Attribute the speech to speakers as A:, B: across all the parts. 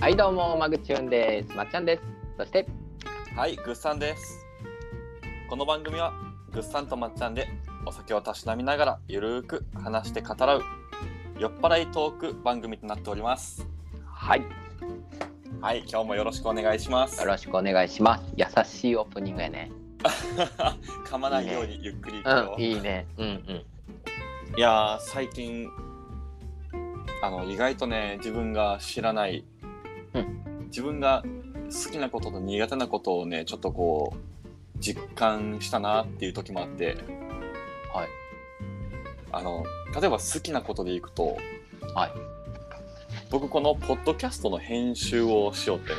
A: はいどうもマグチューンですまっちゃんですそして
B: はい、ぐっさんです。この番組はぐっさんとまっちゃんでお酒をたしなみながらゆるーく話して語らう酔っ払いトーク番組となっております。
A: はいよ
B: はい、今日もよろしくお願いします。
A: ろしくお願いします優しいオープニングやね
B: 噛まないようにゆっくりと。
A: うんいいねうんうん
B: いやー、最近あの意外とね、自分が知らない、
A: う
B: 自分が好きなことと苦手なことをね、ちょっとこう実感したなっていう時もあって。
A: はい
B: あの例えば好きなことでいくと、
A: はい
B: 僕このポッドキャストの編集をしようってね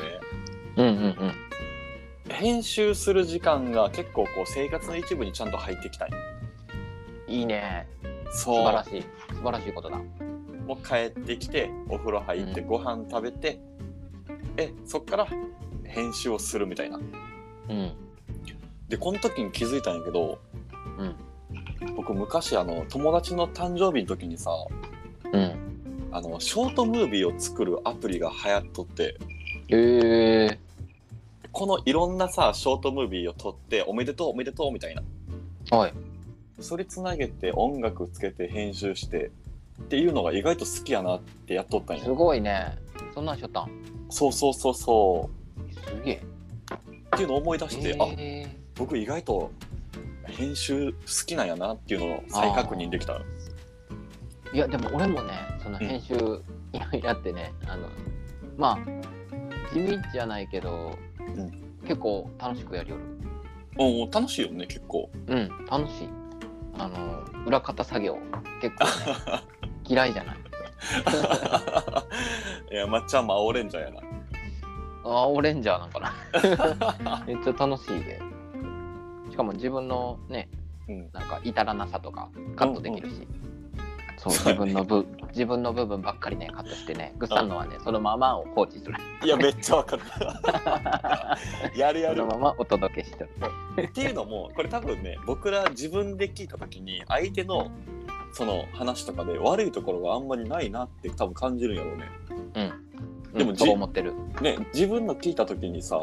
A: うんうんうん
B: 編集する時間が結構こう生活の一部にちゃんと入ってきたい
A: いいね
B: そ
A: 素晴ら
B: う
A: しい素晴らしいことだ
B: もう帰ってきてお風呂入って
A: うん
B: ご飯食べて、えそっから編集をするみたいな
A: うん
B: でこの時に気づいたんやけど
A: うん
B: 僕昔あの友達の誕生日の時にさ
A: うん
B: あのショートムービーを作るアプリが流行っとって
A: えー、
B: このいろんなさショートムービーを撮っておめでとうおめでとうみたいな
A: はい
B: それつなげて音楽つけて編集してっていうのが意外と好きやなってやっとったん
A: す
B: よ
A: ごいねそんなんしょったん
B: そうそうそうそう
A: すげえ
B: っていうのを思い出して、あ
A: えー
B: 僕意外と編集好きなんやなっていうのを再確認できた
A: いやでも俺もねその
B: うん
A: 編集やってね、あのまあ地味じゃないけど、
B: ん
A: 結構楽しくやりよる
B: うん楽しいよね結構
A: うん楽しいあの裏方作業結構、ね、 嫌いじゃない
B: いやまっちゃんも青レンジャーやな
A: あオレンジャーなんかな めっちゃ楽しいでしかも自分のね
B: うん
A: なんか至らなさとかカットできるし、そう
B: そう
A: 自
B: や
A: 分
B: ね
A: の部自分の部分ばっかりねカットしてねグッサンのはねそのままを放置する
B: いやめっちゃわ かるやるや
A: そ
B: る
A: のままお届けしてる
B: っていうのもこれ多分ね僕ら自分で聞いた時に相手のその話とかで悪いところがあんまりないなって多分感じるんやろうね。
A: うん、
B: でも
A: うん
B: じ
A: そう思ってる
B: ね自分の聞いた時にさ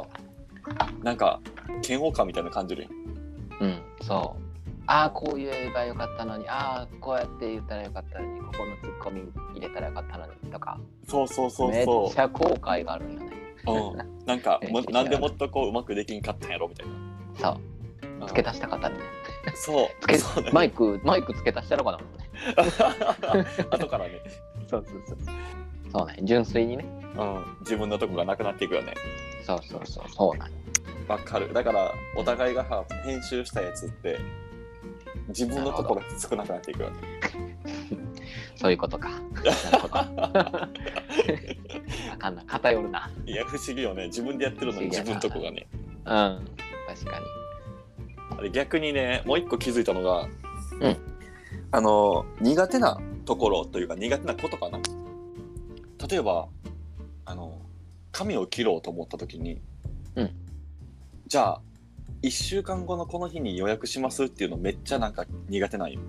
B: なんか嫌悪感みたいな感じるやん。
A: うんそうああこう言えばよかったのにああこうやって言ったらよかったのにここのツッコミ入れたらよかったのにとか
B: そうそうそう
A: めっ
B: そ
A: ちゃ後悔があるんよね
B: う。うん、なんか
A: め
B: も
A: っちゃ嫌だ
B: なんでもっとこううまくできんかったんやろみたいな。
A: そう
B: うん
A: 付け足したかったね
B: そう
A: 付け
B: そうね
A: マイクマイク付け足したのかなもんね
B: 後からね、
A: そうそうそうそうね純粋にね
B: うん、自分のとこがなくなっていくよね。
A: そうそうそうそうなんよ
B: わかるだからお互いがさ編集したやつって自分のところ少なくなっていくよね。
A: そういうことかなるほど あかんな偏るない
B: や不思議よね自分でやってるのに
A: 不思
B: 自
A: 議や
B: 分
A: な
B: とこがね
A: うん確かに
B: あれ逆にねもう一個気づいたのが、
A: うん
B: あの苦手なところというか苦手なことかな例えばあの髪を切ろうと思った時に、
A: うん
B: じゃあ1週間後のこの日に予約しますっていうのめっちゃなんか苦手なんよ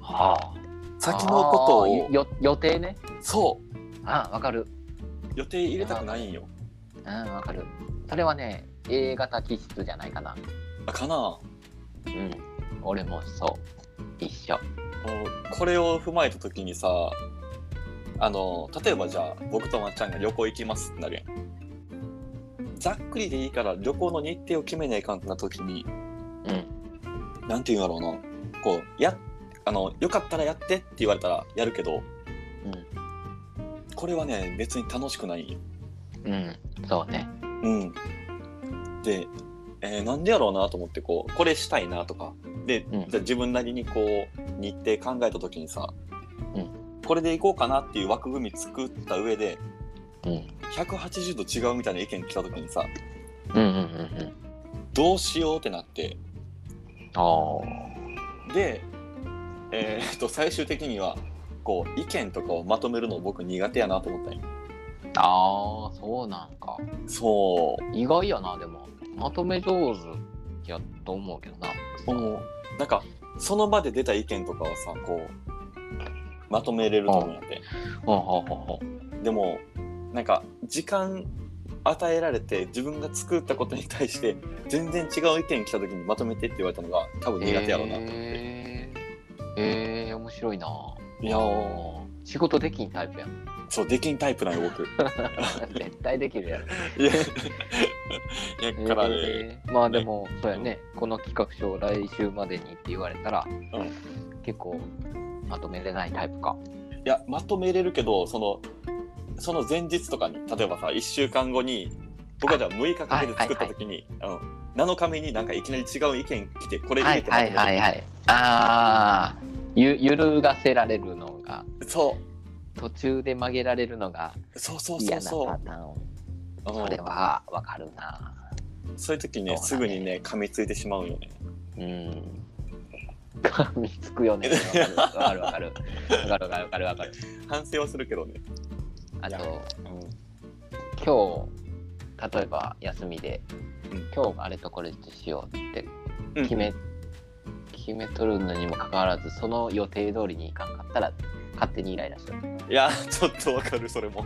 A: はあ
B: 先のこと
A: あー
B: を
A: よ予定ね
B: そう
A: ああわかる
B: 予定入れたくないんよ
A: うん、わかる。それはね、A 型気質じゃないかな。
B: あかな
A: うん。俺もそう。一緒。
B: これを踏まえた時にさあの例えばじゃあ僕とまっちゃんが旅行行きますってなるやんざっくりでいいから旅行の日程を決めないかんってなった時に
A: うん。
B: なんて言うんだろうなこうやあのよかったらやってって言われたらやるけどこれはね別に楽しくないんよ
A: うん。うん。そうね。
B: うんで、えーなんでやろうなと思ってこうこれしたいなとかで、
A: うん
B: じゃあ自分なりにこう日程考えた時にさ、
A: うん
B: これで行こうかなっていう枠組み作った上で
A: うん。
B: 180度違うみたいな意見来た時にさ
A: うんうんうんうん。
B: どうしようってなって
A: あ
B: でえーっと最終的にはこう意見とかをまとめるの僕苦手やなと思ったんよ
A: あ。ああ、そうなんか。
B: そ
A: 意外やな、でも。まとめ上手やと思うけどな。
B: うもうなんかその場で出た意見とかはさこうまとめれると思うんやって
A: ほうほうほうほう。
B: でもなんか時間与えられて自分が作ったことに対して全然違う意見来た時にまとめてって言われたのが多分苦手やろうなと思って、
A: えー、えー面白いない
B: やー
A: 仕事できんタイプやん
B: そうできんタイプなんよ僕
A: 絶対できるやろ
B: いやいや からね、
A: えーまあでも、そうやねこの企画書を来週までにって言われたら、結構まとめれないタイプか
B: いやまとめれるけどそのその前日とかに例えばさ1週間後に僕はじゃあ6日かけて作った時に、うん、7日目になんかいきなり違う意見来てこれ
A: は
B: 入れ
A: い
B: てま
A: は
B: とめ
A: い
B: る
A: はいはいああゆゆるがせられるのが
B: そ
A: 途中で曲げられるのが
B: うそうそうそ
A: 嫌
B: う
A: な
B: そ
A: パ
B: う
A: ターン
B: う
A: そ
B: ん
A: れはわかるな
B: そういう時ね
A: そ
B: す
A: うだね
B: ぐにね噛みついてしまうよね
A: うん噛みつくよねわかるわかるわかるわかるわかるわかる
B: 反省はするけどね、
A: あ
B: いや
A: と
B: うん、
A: 今日例えば休みで、
B: うん
A: 今日あれとこれとしようって決め、決めとるのにもかかわらずその予定通りにいかんかったら勝手にイライラしとる
B: いや ちょっとわかるそれも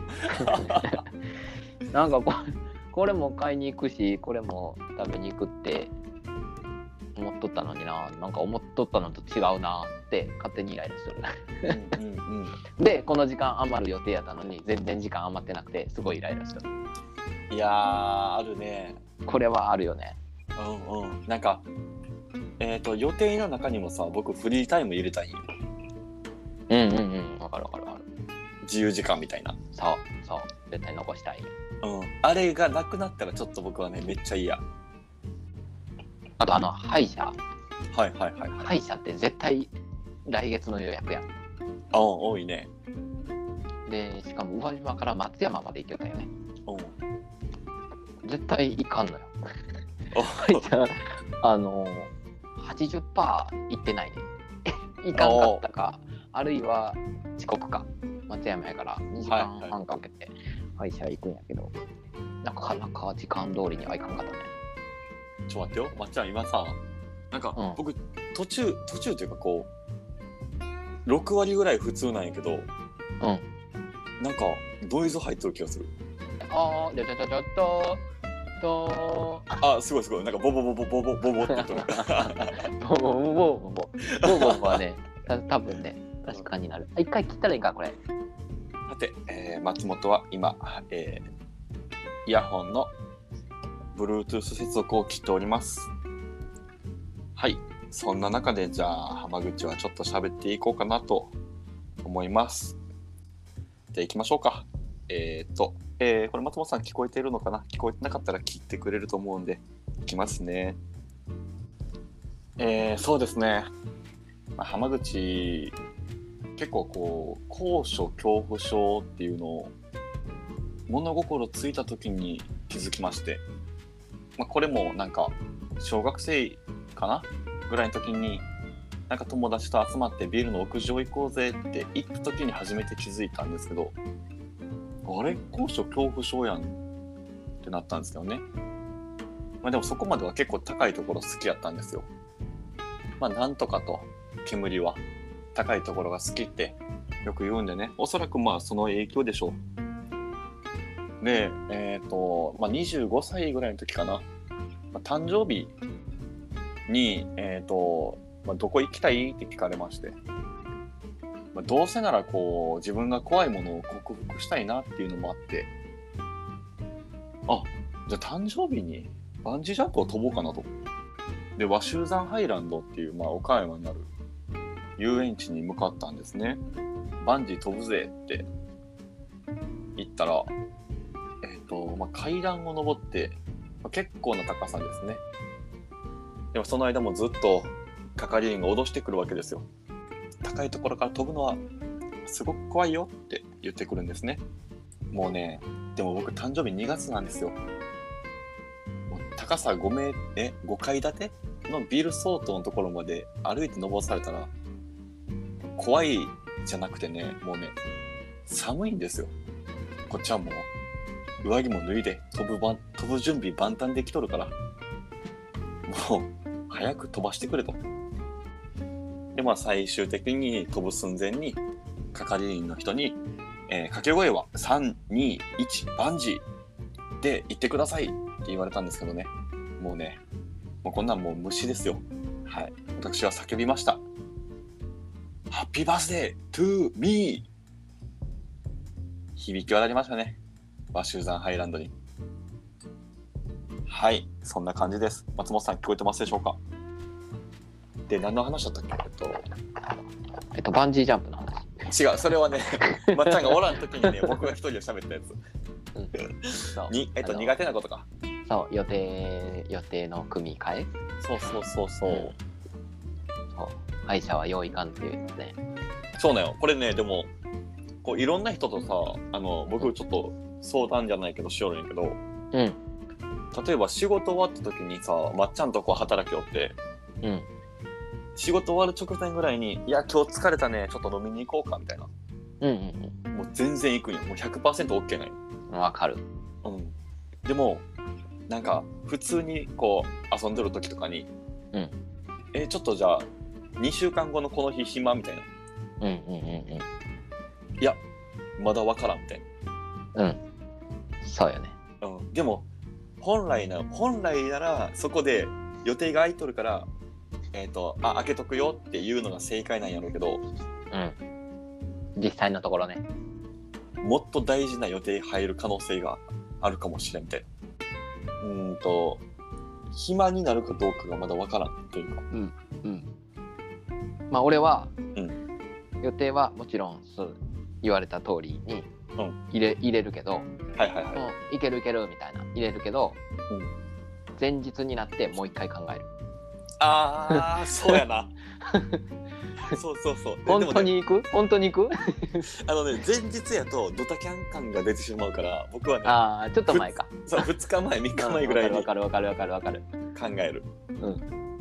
A: なんかこ これも買いに行くしこれも食べに行くって思っとったのにななんか思っとったのと違うなって勝手にイライラしとる
B: うんうんうん
A: でこの時間余る予定やったのに全然時間余ってなくてすごいイライラしとる
B: いやーあるね
A: これはあるよね
B: うんうんなんかえっ、と予定の中にもさ僕フリータイム入れたいんよ
A: うんうんうんわかるわかるわかる
B: 自由時間みたいな
A: そうそう絶対残したい
B: うん、あれがなくなったらちょっと僕はねめっちゃ嫌は
A: あとあの歯医者
B: いはいはいはい
A: 歯医者って絶対来月の予約やん
B: あうん多いね
A: でしかも宇和島から松山まで行ってたよね
B: うん
A: 絶対行かんのよ
B: お
A: 歯医者あの80%行ってないね 行かんかったかあるいは遅刻か松山やから2時間半かけて歯医者行くんやけど、なかなか時間通りにはいかんかったね
B: ちょっと待ってよまっちゃん今さなんか
A: うん
B: 僕、途中途中というかこう6割ぐらい普通なんやけ
A: う
B: ど
A: ん
B: なんかノイズ入ってる気がする
A: ああじゃじゃじゃじゃっとと
B: あすごいすごいなんかボボボボボボボボって音が
A: ボボボボボボボボボはね、 た多分ね、確かになる。あ一回切ったらいいんか、これ。
B: さて、えー松本は今、えーイヤホンの Bluetooth 接続を切っております。はい、そんな中でじゃあ浜口はちょっと喋っていこうかなと思います。じゃあ行きましょうか。えーっと、えーこれ松本さん聞こえてるのかな聞こえてなかったら切ってくれると思うんで、行きますね。えーそうですね。まあ、浜口結構こう高所恐怖症っていうのを物心ついた時に気づきまして、まあ、これもなんか小学生かなぐらいの時になんか友達と集まってビルの屋上行こうぜって行った時に初めて気づいたんですけどあれ高所恐怖症やんってなったんですけどね、まあ、でもそこまでは結構高いところ好きやったんですよまあなんとかと煙は高いところが好きってよく言うんでねおそらくまあその影響でしょうでえっ、と、まあ、25歳ぐらいの時かな、まあ、誕生日にえっ、と、まあ、どこ行きたいって聞かれまして、まあ、どうせならこう自分が怖いものを克服したいなっていうのもあってあじゃあ誕生日にバンジージャンプを飛ぼうかなとで和集山ハイランドっていう、まあ、岡山にある遊園地に向かったんですね。バンジー飛ぶぜって言ったら、えっ、と、まあ、階段を登って、まあ、結構な高さですね。でもその間もずっと係員が脅してくるわけですよ。高いところから飛ぶのはすごく怖いよって言ってくるんですね。もうね、でも僕誕生日2月なんですよ。もう高さ5メえ、5階建てのビル相当のところまで歩いて登らされたら、怖いじゃなくてねもうね寒いんですよこっちはもう上着も脱いで飛ぶばん飛ぶ準備万端できとるからもう早く飛ばしてくれとでまあ最終的に飛ぶ寸前に係員の人にえー掛け声は321バンジーで行ってくださいって言われたんですけどねもうねもうこんなんもう虫ですよはい私は叫びましたハッピーバースデートゥーミー響き渡りましたね和集山ハイランドにはいそんな感じです松本さん聞こえてますでしょうかで何の話だったっけえっと
A: えっと、バンジージャンプの話。
B: 違うそれはね まっちゃんがおらん時にね僕が一人で喋ったやつ
A: そう
B: にえっと
A: あの
B: 苦手なことか
A: そう、予定、予定の組み替え。
B: そうそうそうそう、
A: うんそう。歯医者は用意完っていうやつね。
B: そうなよこれねでもこういろんな人とさあの僕ちょっと相談じゃないけどしよるんやけど
A: うん。
B: 例えば仕事終わった時にさまっちゃんとこう働きよって
A: うん。
B: 仕事終わる直前ぐらいに「いや今日疲れたねちょっと飲みに行こうか」みたいな
A: うんうん
B: もう全然行くんよもう 100%OK ない
A: うん。わかる。
B: うん、でもなんか普通にこう遊んでる時とかに「
A: うん
B: えーちょっとじゃあ2週間後のこの日暇?」みたいな「
A: うんうんうん
B: いやまだわからん」みたい
A: うん。うん。そうよね。
B: な、うん、でも本来な本来ならそこで予定が空いとるから「えっとあ開けとくよ」っていうのが正解なんやろうけど
A: うん。実際のところね。
B: もっと大事な予定入る可能性があるかもしれんみたいなうーんと暇になるかどうかがまだわからんというか
A: うん。まあ、俺は、
B: う
A: 予定はもちろん、そう言われた通りに
B: うん
A: 入れ,、入れるけど、
B: はいはいはい
A: もういけるいけるみたいな、入れるけど、
B: うん
A: 前日になってもう一回考える。
B: ああそうやな そうそうそうで
A: 本当
B: でもね
A: に行く本当に行く
B: あのね前日やとドタキャン感が出てしまうから僕はね
A: ああ、ちょっと前か。
B: そう2日前3日前ぐらい
A: わ
B: に考
A: かるわかるわかるわかる
B: える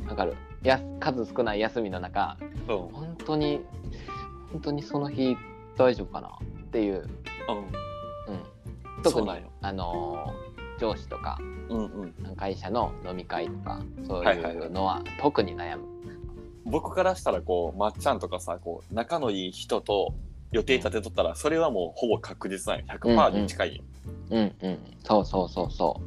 A: わかるやす数少ない休みの中
B: うん、うん、
A: 本当に本当にその日大丈夫かなっていう、うん、特
B: そう
A: に
B: なんよ
A: あのー上司とか
B: うんうん
A: 会社の飲み会とかそう
B: はいはい
A: い
B: はいう
A: のは特に悩む、
B: 僕からしたらこうまっちゃんとかさこう仲のいい人と予定立てとったらそれはもうほぼ確実なんよ100%に近い、
A: うんうんそうそうそうそ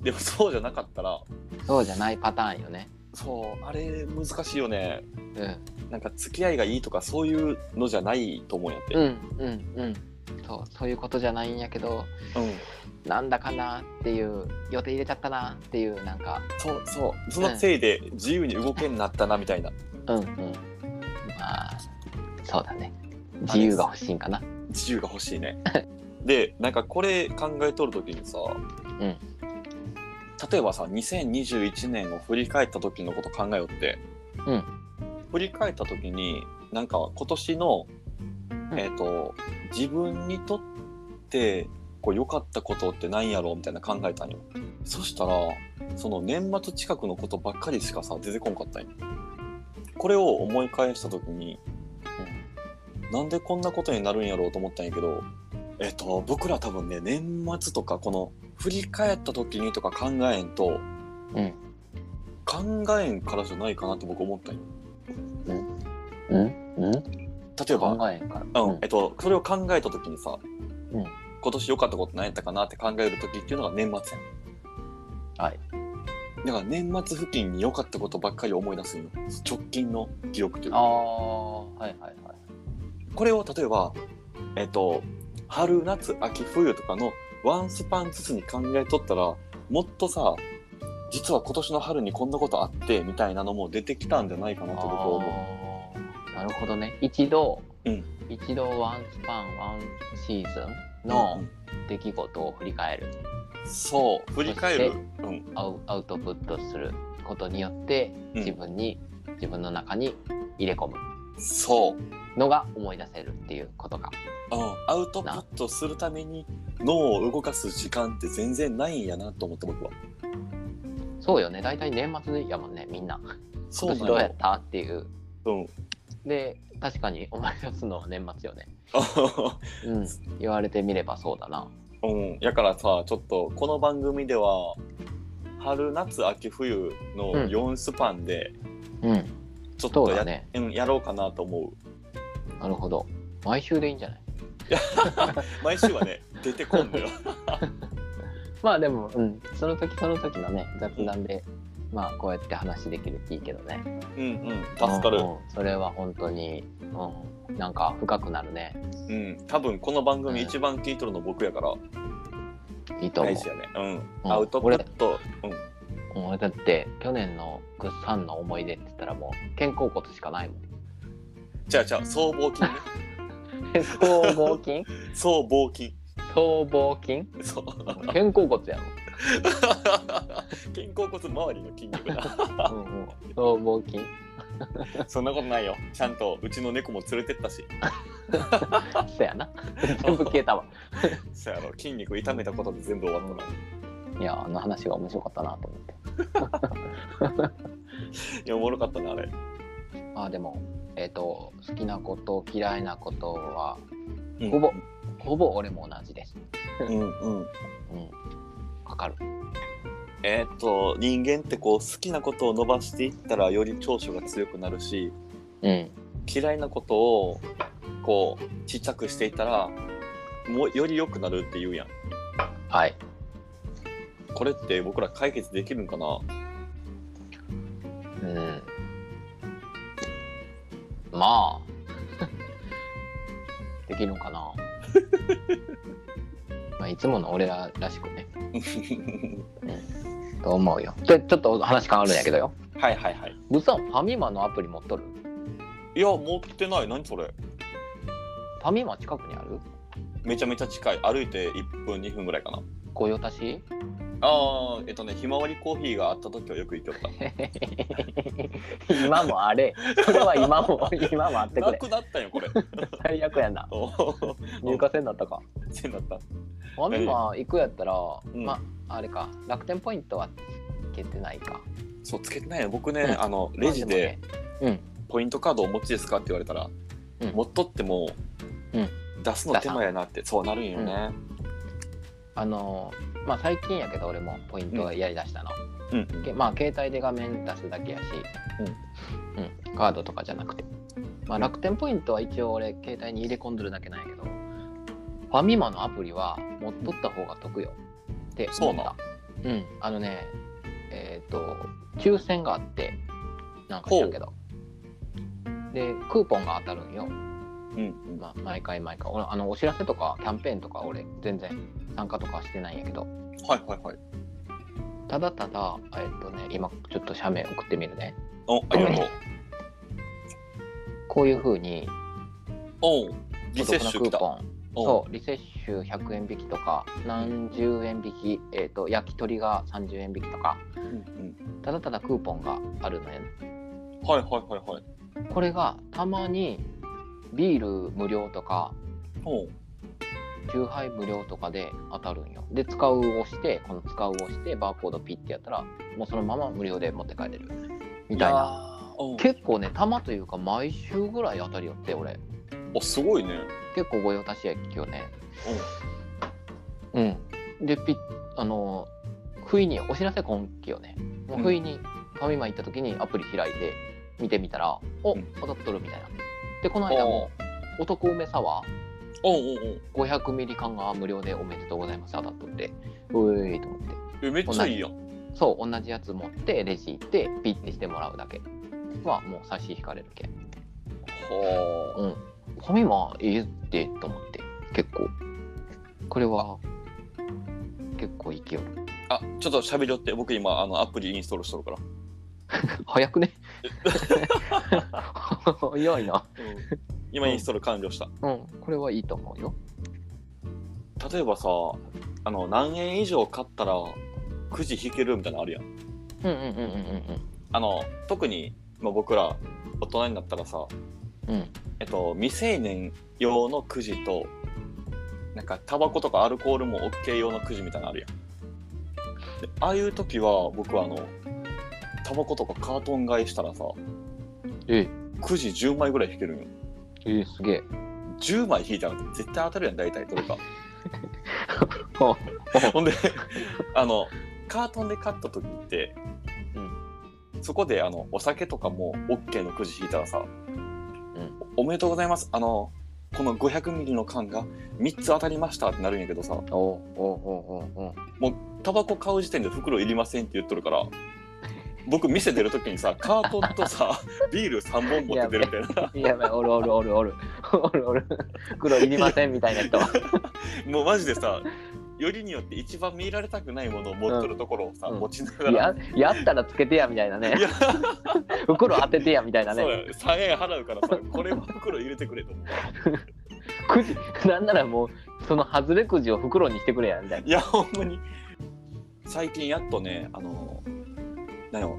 B: でもそうじゃなかったら
A: うそうじゃないパターンよね
B: そうあれ難しいよね
A: うん
B: なんか付き合いがいいとかそういうのじゃないと思うんやって、
A: うんうんうんそうそういうことじゃないんやけど
B: うん
A: なんだかなっていう予定入れちゃったなっていうなんか
B: そうそうそのせいで自由に動けになったなみたいな、
A: うんうん。まあ、そうだね。自由が欲しいんかな。
B: 自由が欲しいねでなんかこれ考えとる時にさ、
A: ん
B: 例えばさ2021年を振り返った時のこと考えよって、
A: うん
B: 振り返った時になんか今年の、
A: ん
B: えっ、と自分にとってこう良かったことって何やろうみたいな考えたんよそしたらその年末近くのことばっかりしかさ出てこんかったんよこれを思い返した時に、なんでこんなことになるんやろうと思ったんやけどえっと僕ら多分ね年末とかこの振り返った時にとか考えんと、
A: うん
B: 考えんからじゃないかなって僕思ったんよ
A: うんうん。
B: 例えば
A: 考えんから。
B: うん、えっと、それを考えた時にさ、
A: うん
B: 今年良かったこと何やったかなって考える時っていうのが年末やん。
A: はい。
B: だから年末付近に良かったことばっかり思い出すんよ。直近の記憶とい
A: あ
B: うか。
A: あ、はいはいはい。
B: これを例えば、えっと、春、夏、秋、冬とかのワンスパンずつに考えとったら、もっとさ、実は今年の春にこんなことあってみたいなのも出てきたんじゃないかなと僕は思う。
A: あーなるほどね。一度、
B: うん
A: 一度ワンスパン、ワンシーズンの出来事を振り返る、
B: そう、振り返る
A: そし。
B: うん、
A: アウアウトプットすることによって、
B: うん
A: 自分に、自分の中に入れ込む
B: そう。
A: のが思い出せるっていうことか。
B: うん、アウトプットするために脳を動かす時間って全然ないんやなと思って僕は
A: そうよね。大体年末やもんね、みんな。
B: そ
A: 今
B: う
A: 年どう
B: な
A: や
B: ん
A: ったっていう。
B: うん
A: で確かに思い出すのは年末よね、
B: あ
A: うん、言われてみればそうだな
B: うんやからさちょっとこの番組では春夏秋冬の
A: うん
B: 4スパンで
A: うん
B: ちょっ
A: そ
B: と
A: う
B: や,、
A: だね
B: うん、やろうかなと思う
A: なるほど毎週でいいんじゃない
B: 毎週はね、出てこんのよ。
A: まあでも、うん、その時その時のね雑談で、まあこうやって話できるっていいけどね
B: うんうん、助かる
A: う。んうんそれは本当に、うん、なんか深くなるね
B: うん、多分この番組一番聞いとるの僕やから、
A: いいと思
B: 大
A: う
B: 事やね。う、
A: うんん
B: アウトプット。うん、
A: もうだって去年のグッサンの思い出って言ったらもう肩甲骨しかないもん
B: じゃあじゃあ、僧帽筋ね。
A: 僧帽筋
B: 僧帽筋。
A: 僧帽筋
B: そう。
A: 肩甲骨や
B: 肩甲骨周りの筋肉だ。
A: ろ、うんうん、僧帽 筋
B: そんなことないよ。ちゃんとうちの猫も連れてったし。
A: そやな全部消えたわ
B: そやろ、筋肉痛めたことで全部終わったな。
A: いやあの話が面白かったなと思って
B: いや、おもろかったね、あれ。
A: まあでもえっ、と好きなこと嫌いなことは
B: うん
A: ほぼほぼ俺も同じです
B: うんうん。
A: うんわかる
B: えーっと、人間ってこう、好きなことを伸ばしていったら、より長所が強くなるし、
A: うん
B: 嫌いなことを、こう、ちっちゃくしていったら、もうより良くなるって言うやん。
A: はい
B: これって僕ら解決できるんか な
A: うんまあ できるのか なまあいつもの俺ららしくねと思うよでちょっと話変わるんやけどよ
B: はいはいはい。
A: ブさんファミマのアプリ持っとる
B: いや、持ってない。何それ。
A: ファミマ近くにある
B: めちゃめちゃ近い。歩いて1分、2分ぐらいかな。
A: 御用達
B: ああ、えっとね、ひまわりコーヒーがあった時はよく行きよった。
A: 今もあれそれは今も今もあ ってく
B: な
A: れ
B: くなったんよ、これ。
A: 最悪やな
B: おー
A: 入荷制になったか
B: せんだった。
A: ファミマ行くやったら、
B: ん
A: まああれか楽天ポイントはつけてないか
B: そう、つけてないよ。僕ね、
A: うん
B: あの、レジで、
A: まあね
B: ポイントカードお持ちですかって言われたら、
A: うん
B: 持っとっても、
A: うん
B: 出すの手前やなって、そうなるんよね。
A: あのーまあ最近やけど俺もポイントやりだしたの、
B: うん。
A: けまあ携帯で画面出すだけやし、うんカードとかじゃなくて、まあ、楽天ポイントは一応俺携帯に入れ込んでるだけなんやけどファミマのアプリは持っとった方が得よって
B: そ
A: 思
B: う
A: っ
B: な
A: たうんあのねえっ、と抽選があってなんか知らんけどでクーポンが当たるんよ、
B: うん。うん。
A: まあ、毎回毎回俺あのお知らせとかキャンペーンとか俺全然参加とかはしてないんやけど
B: はいはいはい。
A: ただただ、えっとね、今ちょっと写メ送ってみるね。
B: お、ありがとう。
A: こういうふうに、
B: おうリ
A: お
B: セ
A: 得
B: ッ
A: な
B: シ
A: ク
B: ュ来
A: ー
B: た。
A: ポン。
B: おう
A: そう、リセッシュ100円引きとか、何十円引き、えっ、と、焼き鳥が30円引きとか、
B: うん
A: ただただクーポンがあるのよね。
B: うん。はいはいはいはい。
A: これがたまにビール無料とか、
B: おう
A: チューハイ無料とかで当たるんよ。で、使うを押して、この使うを押して、バーコードピッてやったら、もうそのまま無料で持って帰れる。みたいな。
B: な。おう
A: 結構ね、たまというか、毎週ぐらい当たりよって、俺。
B: お、すごいね。
A: 結構御用達やきよね。うん。で、ピッ、あの、不意にお知らせこんきよね。もう不意にファミマ行った時にアプリ開いて見てみたら、お
B: うん
A: 当たっとるみたいな。で、この間も、お得梅サワー
B: おうおうおう。
A: 500ミリ缶が無料でおめでとうございます当たっとって、うえーいと思って。
B: え、めっちゃいいやん。
A: そう、同じやつ持って、レジ行って、ピッてしてもらうだけは、もう差し引かれるけん。
B: は
A: うん。ファミマいいってと思って、結構。これは、結構いけよ る。
B: あ。あ、ちょっと喋りよって、僕今、あの、アプリインストールしとるから。
A: 早くね 早いな。
B: 今インストール完了した。
A: うん、これはいいと思うよ。
B: 例えばさ、あの、何円以上買ったら、くじ引けるみたいなのあるやん。
A: うんうんうんうん
B: あの、特に、まあ、僕ら、大人になったらさ、
A: うんうん。
B: えっと、未成年用のくじと、なんか、タバコとかアルコールも OK 用のくじみたいなのあるやん。でああいう時は、僕はあの、タバコとかカートン買いしたらさ、
A: え
B: くじ10枚ぐらい引けるんよ。
A: えー、すげえ。
B: 10枚引いたら絶対当たるやん、大体、どれか。
A: あ
B: ほんで、あの、カートンで買った時って、
A: うん
B: そこで、あの、お酒とかも OK のくじ引いたらさ、
A: ん
B: おめでとうございます。あの、この500ミリの缶が3つ当たりましたってなるんやけどさ
A: おおおおおお
B: もうタバコ買う時点で袋いりませんって言っとるから僕店出る時にさカートンとさビール3本持って出るみたいな
A: やばいおるおるおるおるおるおる黒いりませんみたいな人
B: もうマジでさよりによって一番見られたくないものを持っとるところをさ、
A: うん
B: 持ちながら。
A: ややったらつけてやみたいないね
B: や
A: 袋当ててやみたいな
B: そう
A: ね
B: や3円払うからさこれは袋入れてくれと思う
A: くじなんならもうその外れくじを袋にしてくれやみたいない
B: やほんまに最近やっとねあのなんやろ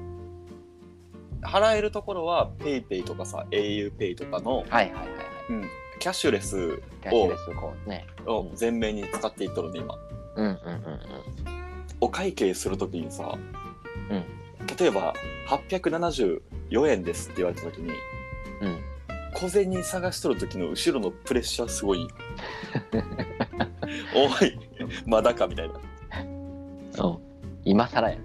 B: 払えるところは PayPay とかさ auPay とかの、
A: はいはいはいはい
B: うん、キャッシュレス
A: キャッシュレスこうね
B: を全面に使っていっとるね今
A: うんうんうん
B: お会計するときにさ、
A: うん
B: 例えば874円ですって言われたときに
A: うんうん
B: 小銭探しとる時の後ろのプレッシャーす ごいおいまだかみたいな
A: そう今更や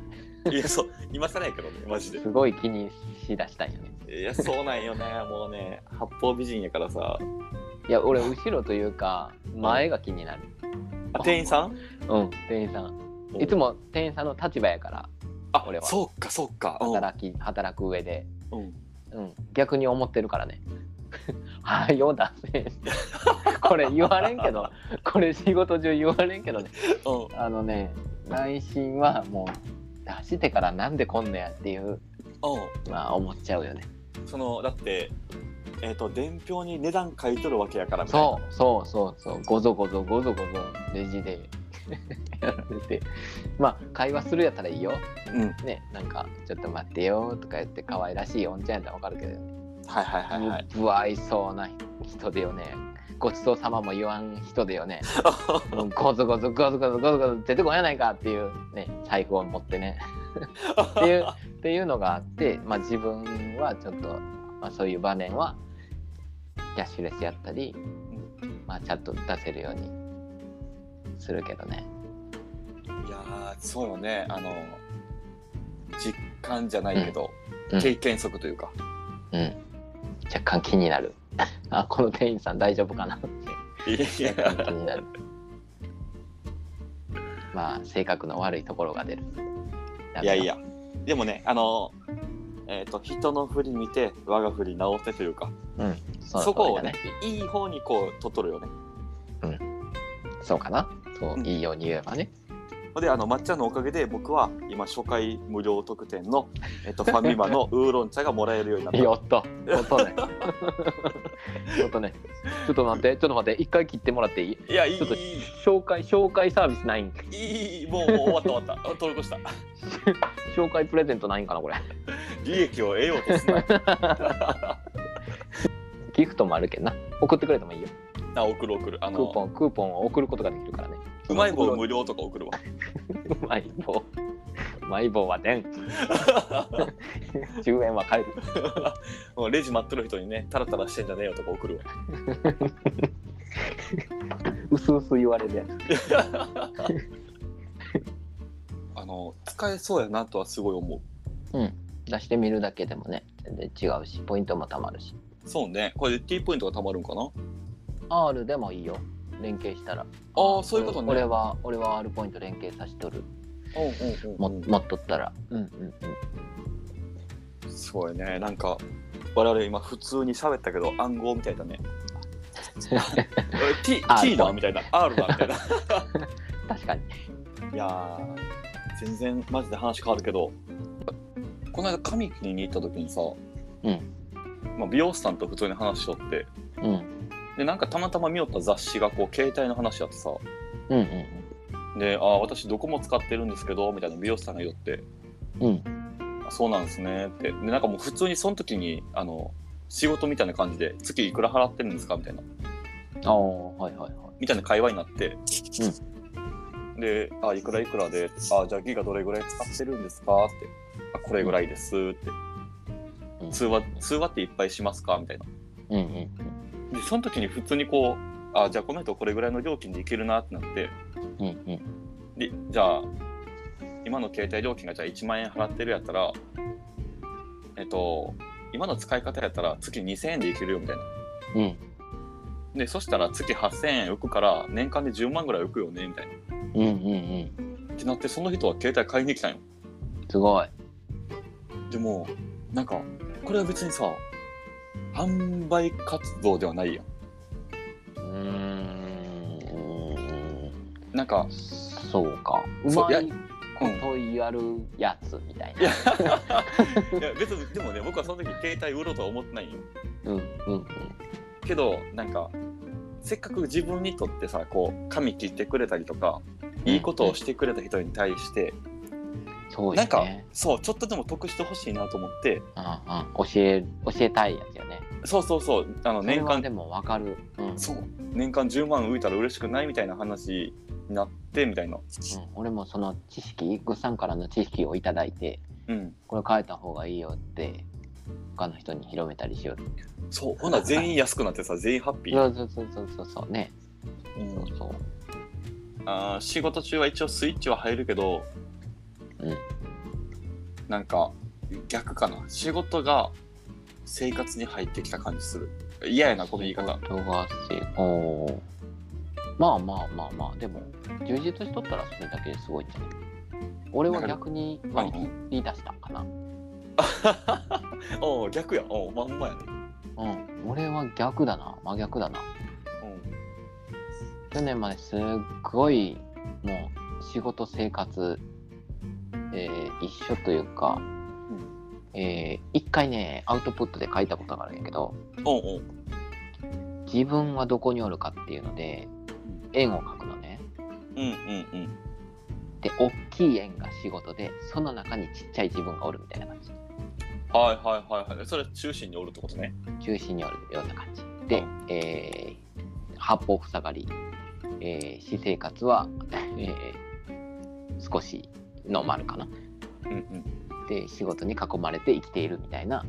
B: いやそう今更やけどねマジです
A: ごい気にしだしたんよね
B: いやそうなんよねもうね八方美人やからさ
A: いや俺後ろというか前が気になる
B: あ店員さん
A: うん店員さんいつも店員さんの立場やから
B: あ
A: 俺は
B: そうかそうかうん
A: 働き働く上で
B: うん
A: うん、逆に思ってるからね。 はい、よだね。 これ言われんけど、これ仕事中言われんけどね。
B: うん
A: あのね、内心はもう出してからなんでこんのやっていう、
B: う
A: まあ思っちゃうよね。
B: んそのだってえっ、と伝票に値段書いとるわけやからみたいな
A: そうそうそうそう、ごぞごぞごぞごぞレジで やられて、まあ会話するやったらいいよ。
B: ううん
A: ね、なんかちょっと待ってよとか言って可愛らしいおんちゃんやったらわかるけど、
B: はいはいはいはい
A: ぶぶ愛想な人でよね。ごちそうさまも言わん人でよ ね。もうゴツゴツゴツゴツゴツゴツ出てこんやないかっていうね財布を持ってねっていうっていうのがあ って、まあ、自分はちょっと、まあ、そういう場面はキャッシュレスやったり、まあ、ちゃんと出せるようにするけどね
B: いやーそうよねあの実感じゃないけど、
A: うんうん
B: 経験則というか
A: うん若干気になる あこの店員さん大丈夫かなって
B: いや
A: 若干気になる まあ性格の悪いところが出る
B: いやいやでもねあのえっ、と人の振り見て我が振り直せというか
A: うん
B: そうこを
A: だ
B: ねいい方にこう取っとるよね
A: そうかなそう、
B: うん
A: いいように言えばね
B: ほんであの抹茶のおかげで僕は今初回無料特典の、え っとファミマのウーロン茶がもらえるようになった
A: やったやった ねやったねちょっと待ってちょっと待って一回切ってもらっていい
B: いやいい
A: ちょっと紹介紹介サービスないん
B: いいいいもうもう終わった終わったあ 取り越した
A: 紹介プレゼントないんかなこれ
B: 利益を得ようとす な
A: ギフトもあるけんな送ってくれてもいいよ
B: あ送る送るあ
A: クーポ
B: の
A: ンクーポンを送ることができるからね
B: うまい棒無料とか送るわ
A: うまい棒うまい棒は でん 10円は返る
B: もうレジ待ってる人にね、タラタラしてんじゃねえよとか送るわ。
A: うすうす言われるやつ
B: あの、使えそうやなとはすごい思う。
A: 出してみるだけでもね全然違うしポイントもたまるし
B: そうね、これで T ポイントがたまるんかな
A: R でもいいよ連携したら
B: ああ、そういうことね。
A: 俺は俺は R ポイント連携さしとる
B: うん
A: も
B: うんうん
A: 持っとったら、うんうんうん、
B: うん。すごいね、なんか、我々今普通に喋ったけど、暗号みたいだね。え T,
A: R
B: T だみたいな、R だみたいな。
A: 確かに
B: いやー、全然マジで話変わるけど、この間髪切りに行った時にさ、
A: うん
B: まあ、美容師さんと普通に話しとって、
A: うん
B: で、なんかたまたま見よった雑誌がこう、携帯の話やってさ、
A: うん
B: で「あー私ドコモ使ってるんですけど」みたいな美容師さんが言って
A: うんうん
B: 「あそうなんですね」ってでなんかもう普通にその時にあの仕事みたいな感じで「月いくら払ってるんですか?」みたいな
A: ああはいはいはい
B: みたいな会話になって、で「あいくらいくらで」あじゃあギガどれぐらい使ってるんですか?」ってあ「これぐらいです」って、
A: うん
B: 通話通話っていっぱいしますか?」みたいな
A: うんうん
B: でその時に普通にこう「あじゃあこの人これぐらいの料金でいけるな」ってなって
A: うんうん
B: でじゃあ今の携帯料金がじゃあ1万円払ってるやったらえっと今の使い方やったら月2000円でいけるよみたいな
A: うん
B: でそしたら月8,000円浮くから年間で10万ぐらい浮くよねみたいな
A: うんうんうん。
B: ってなってその人は携帯買いに来たんよ
A: すごい。
B: でもなんかこれは別にさ販売活動ではないやん
A: うーん。
B: なんか
A: そうか。う
B: そう
A: ま
B: いや
A: いことやるやつみたい
B: い
A: な
B: や。 いや別にでもね僕はその時携帯売ろうとは思ってないんよ
A: うんうんうん。
B: けどなんかせっかく自分にとってさこう髪切ってくれたりとかいいことをしてくれた人に対して、
A: そうで
B: なん
A: す
B: か
A: ね。
B: そうちょっとでも得してほしいなと思って
A: うんうん。教え教えたいやつよね。
B: そうそうそうあの
A: それ
B: 年
A: は
B: 間
A: でもわかる。うん。うん
B: そう年間10万浮いたら嬉しくないみたいな話になってみたいな
A: 俺もその知識、グッさんからの知識をいただいて、
B: うん
A: これ変えた方がいいよって。他の人に広めたりしよう。
B: そうほな全員安くなってさ全員ハッピー、
A: そうそうそうそうそうそうね。
B: うん
A: そうそう。
B: あー仕事中は一応スイッチは入るけど、
A: うん
B: なんか逆かな仕事が生活に入ってきた感じする嫌やなこの言い方
A: 仕事がせおーまあまあまあまあでも充実しとったらそれだけですごいんじゃない俺は逆に
B: か
A: 割り切り出したかな、
B: おう逆やおうまんまやね、
A: うん、俺は逆だな真逆だな去年まですっごいもう仕事生活、えー一緒というか、えー一回ねアウトプットで書いたことがあるんやけど
B: うん、おうおう
A: 自分はどこにおるかっていうので円を書くのね
B: うんうんうん
A: で大きい円が仕事でその中にちっちゃい自分がおるみたいな感じ
B: はいはいはいはいそれ中心におるってことね
A: 中心におるような感じで、えー八方塞がり、えー私生活は、 えー少しノーマルかな
B: うんうん
A: で仕事に囲まれて生きているみたいな、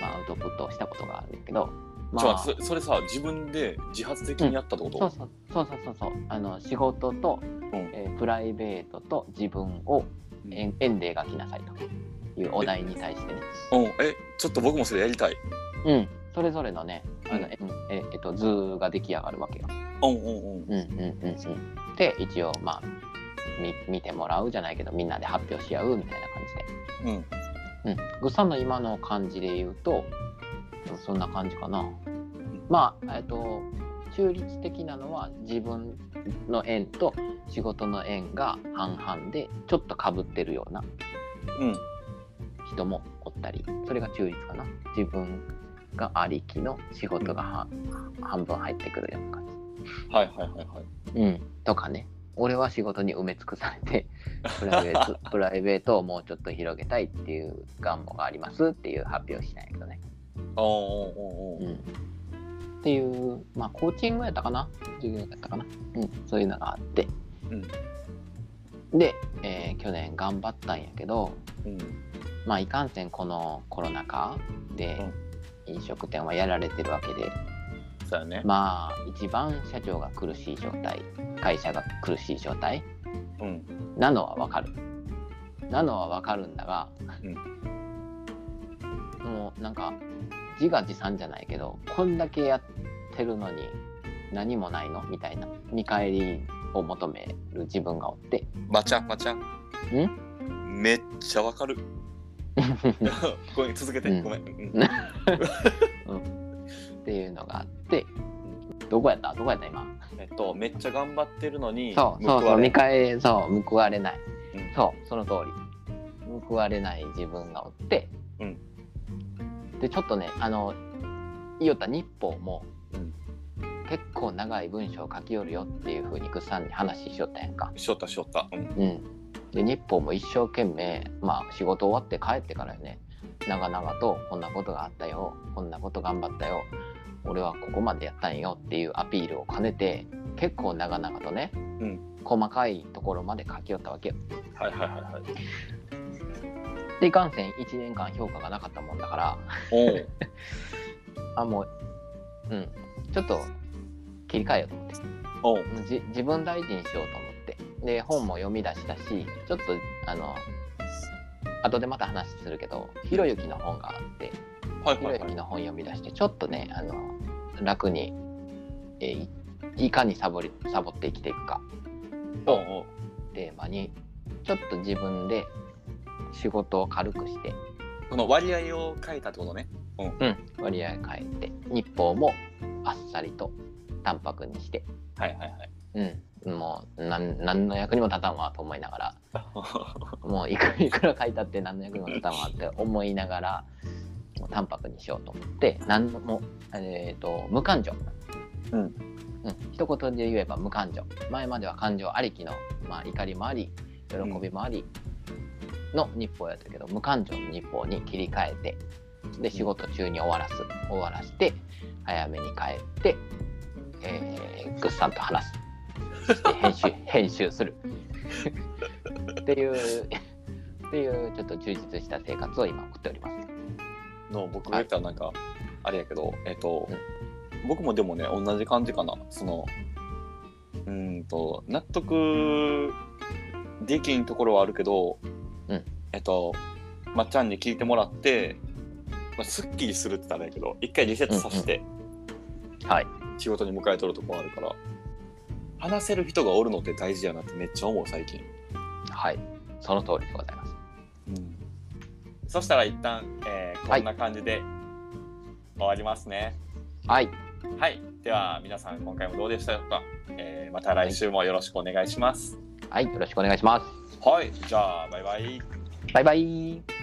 A: まあ、アウトプットをしたことがあるんだけどま
B: じゃ
A: あ
B: あそそれさ自分で自発的にやったってこと、
A: そうそうそうそうそうそうあの仕事と、
B: うん
A: えープライベートと自分を円円で描きなさいというお題に対してね
B: うんえちょっと僕もそれやりたい
A: うん、それぞれのね、あの
B: う
A: えええっと、図が出来上がるわけよ。
B: うんう
A: う
B: んうん
A: んうんうんうん、で一応まあみ見てもらうじゃないけどみんなで発表し合うみたいな感
B: うん
A: じで。うん、ぐっさんの今の感じで言うとそんな感じかな。まあえっと中立的なのは自分の縁と仕事の縁が半々でちょっとかぶってるような
B: うん
A: 人もおったりそれが中立かな自分がありきの仕事がは半分入ってくるような感
B: はいはいはいはい
A: じ、うん、とかね俺は仕事に埋め尽くされて プライベートプライベートをもうちょっと広げたいっていう願望がありますっていう発表をしないけどね、
B: あーおうおうおう
A: うん、っていうまあコーチングやったかな授業やったかな、うん、そういうのがあって、で、えー去年頑張ったんやけど
B: うん
A: まあいかんせんこのコロナ禍で飲食店はやられてるわけで
B: そうやね
A: まあ一番社長が苦しい状態会社が苦しい状態
B: うん
A: なのはわかるなのはわかるんだが、
B: うん
A: もうなんか自画自賛じゃないけどこんだけやってるのに何もないのみたいな見返りを求める自分がおって
B: バチャバチャめっちゃ わかるごめん続けて、
A: うん
B: ごめん、うん
A: ねっていうのがあってどこやったどこやった今
B: えっとめっちゃ頑張ってるのに
A: そう
B: 報
A: そうそう
B: われ
A: 見返りそう報われない、
B: うん
A: そうその通り報われない自分がおって、
B: うん
A: でちょっとねあのいよった日報も、
B: うん
A: 結構長い文章を書きよるよっていうふうにグッさんに話しよったやんか、
B: しょったしょった、うん、
A: うん、で日報も一生懸命まあ仕事終わって帰ってからよね長々とこんなことがあったよこんなこと頑張ったよ俺はここまでやったんよっていうアピールを兼ねて結構長々とね、
B: うん
A: 細かいところまで書き寄ったわけよ
B: はいはいはいはい
A: でいかんせん1年間評価がなかったもんだから
B: おう
A: あもううんちょっと切り替えようと思って
B: おう
A: じ自分大事にしようと思ってで本も読み出したしちょっとあの後でまた話するけどひろゆきの本があって
B: はい
A: ひろ
B: は
A: ゆ
B: いは
A: き
B: い
A: の本読み出してちょっとねあの楽にえーいいかにサボりサボって生きていくか
B: おうおう
A: テーマにちょっと自分で仕事を軽くして、
B: この割合を変えたってことね。
A: うん、割合変えて日報もあっさりと淡白にして、
B: はいはいはい。
A: うん、もうなん何の役にも立たんわと思いながらもういくいくら書いたって何の役にも立たんわって思いながらもう淡白にしようと思って何のもう、えー、と無感情、
B: うん
A: うん一言で言えば無感情前までは感情ありきの、まあ、怒りもあり喜びもありの日報やったけど、無感情の日報に切り替えてで仕事中に終わらす終わらして早めに帰って、えー、ぐっさんと話すそして編集編集するっていうっていうちょっと充実した生活を今送っております。
B: の僕が言ったらなんか、あれやけど、えっと
A: う、
B: 僕もでもね、同じ感じかな。その、うーんと、納得できんところはあるけど、
A: うん
B: えっと、まっちゃんに聞いてもらって、まあ、すっきりするって言ったらあれやけど、一回リセットさせて、
A: はい。
B: 仕事に迎えとるところあるから、話せる人がおるのって大事やなってめっちゃ思う、最近。
A: はい。その通りでございます。
B: そしたら一旦、えー
A: は
B: こ
A: い
B: んな感じで終わりますね。
A: はい。
B: はい、では皆さん今回もどうでしたか、えーまた来週もよろしくお願いします。
A: はい。よろしくお願いします。
B: はい、じゃあバイバイ。
A: バイバイ。